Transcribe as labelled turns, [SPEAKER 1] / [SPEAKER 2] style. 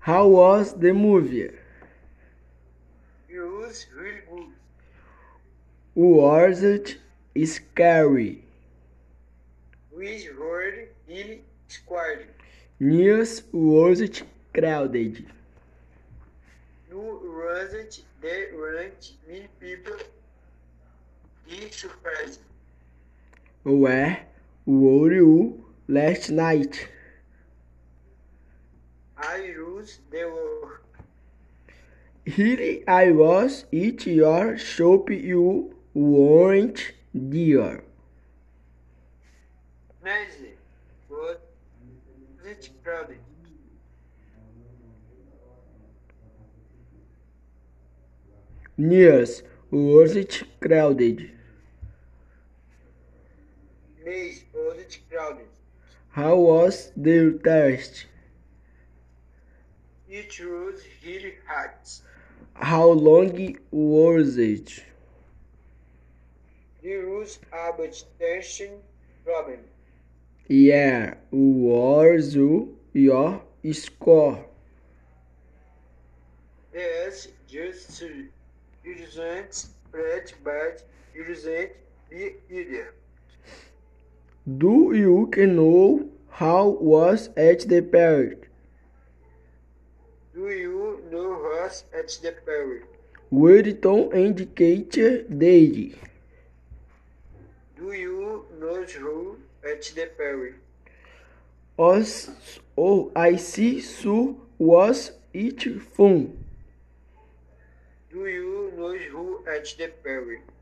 [SPEAKER 1] How was the movie?
[SPEAKER 2] It was really good.
[SPEAKER 1] Was it scary?
[SPEAKER 2] We were in squad.
[SPEAKER 1] News was it crowded?
[SPEAKER 2] No wasn't there weren't many people in surprise.
[SPEAKER 1] Where were you last night?
[SPEAKER 2] I used the work.
[SPEAKER 1] Here I was at your shop you weren't dear.
[SPEAKER 2] Nice. Was it crowded?
[SPEAKER 1] News was it crowded?
[SPEAKER 2] Nice. Was it crowded?
[SPEAKER 1] How was the taste?
[SPEAKER 2] It was really hot.
[SPEAKER 1] How long was it?
[SPEAKER 2] The rules about tension problem.
[SPEAKER 1] Yeah, was your score?
[SPEAKER 2] There's just two. You doesn't spread, but you doesn't be either.
[SPEAKER 1] Do you know how was at the park?
[SPEAKER 2] Do you know us at the party?
[SPEAKER 1] Wilton indicated daily.
[SPEAKER 2] Do you know who at the party?
[SPEAKER 1] Os, oh, I see su was it fun.
[SPEAKER 2] Do you know who at the party?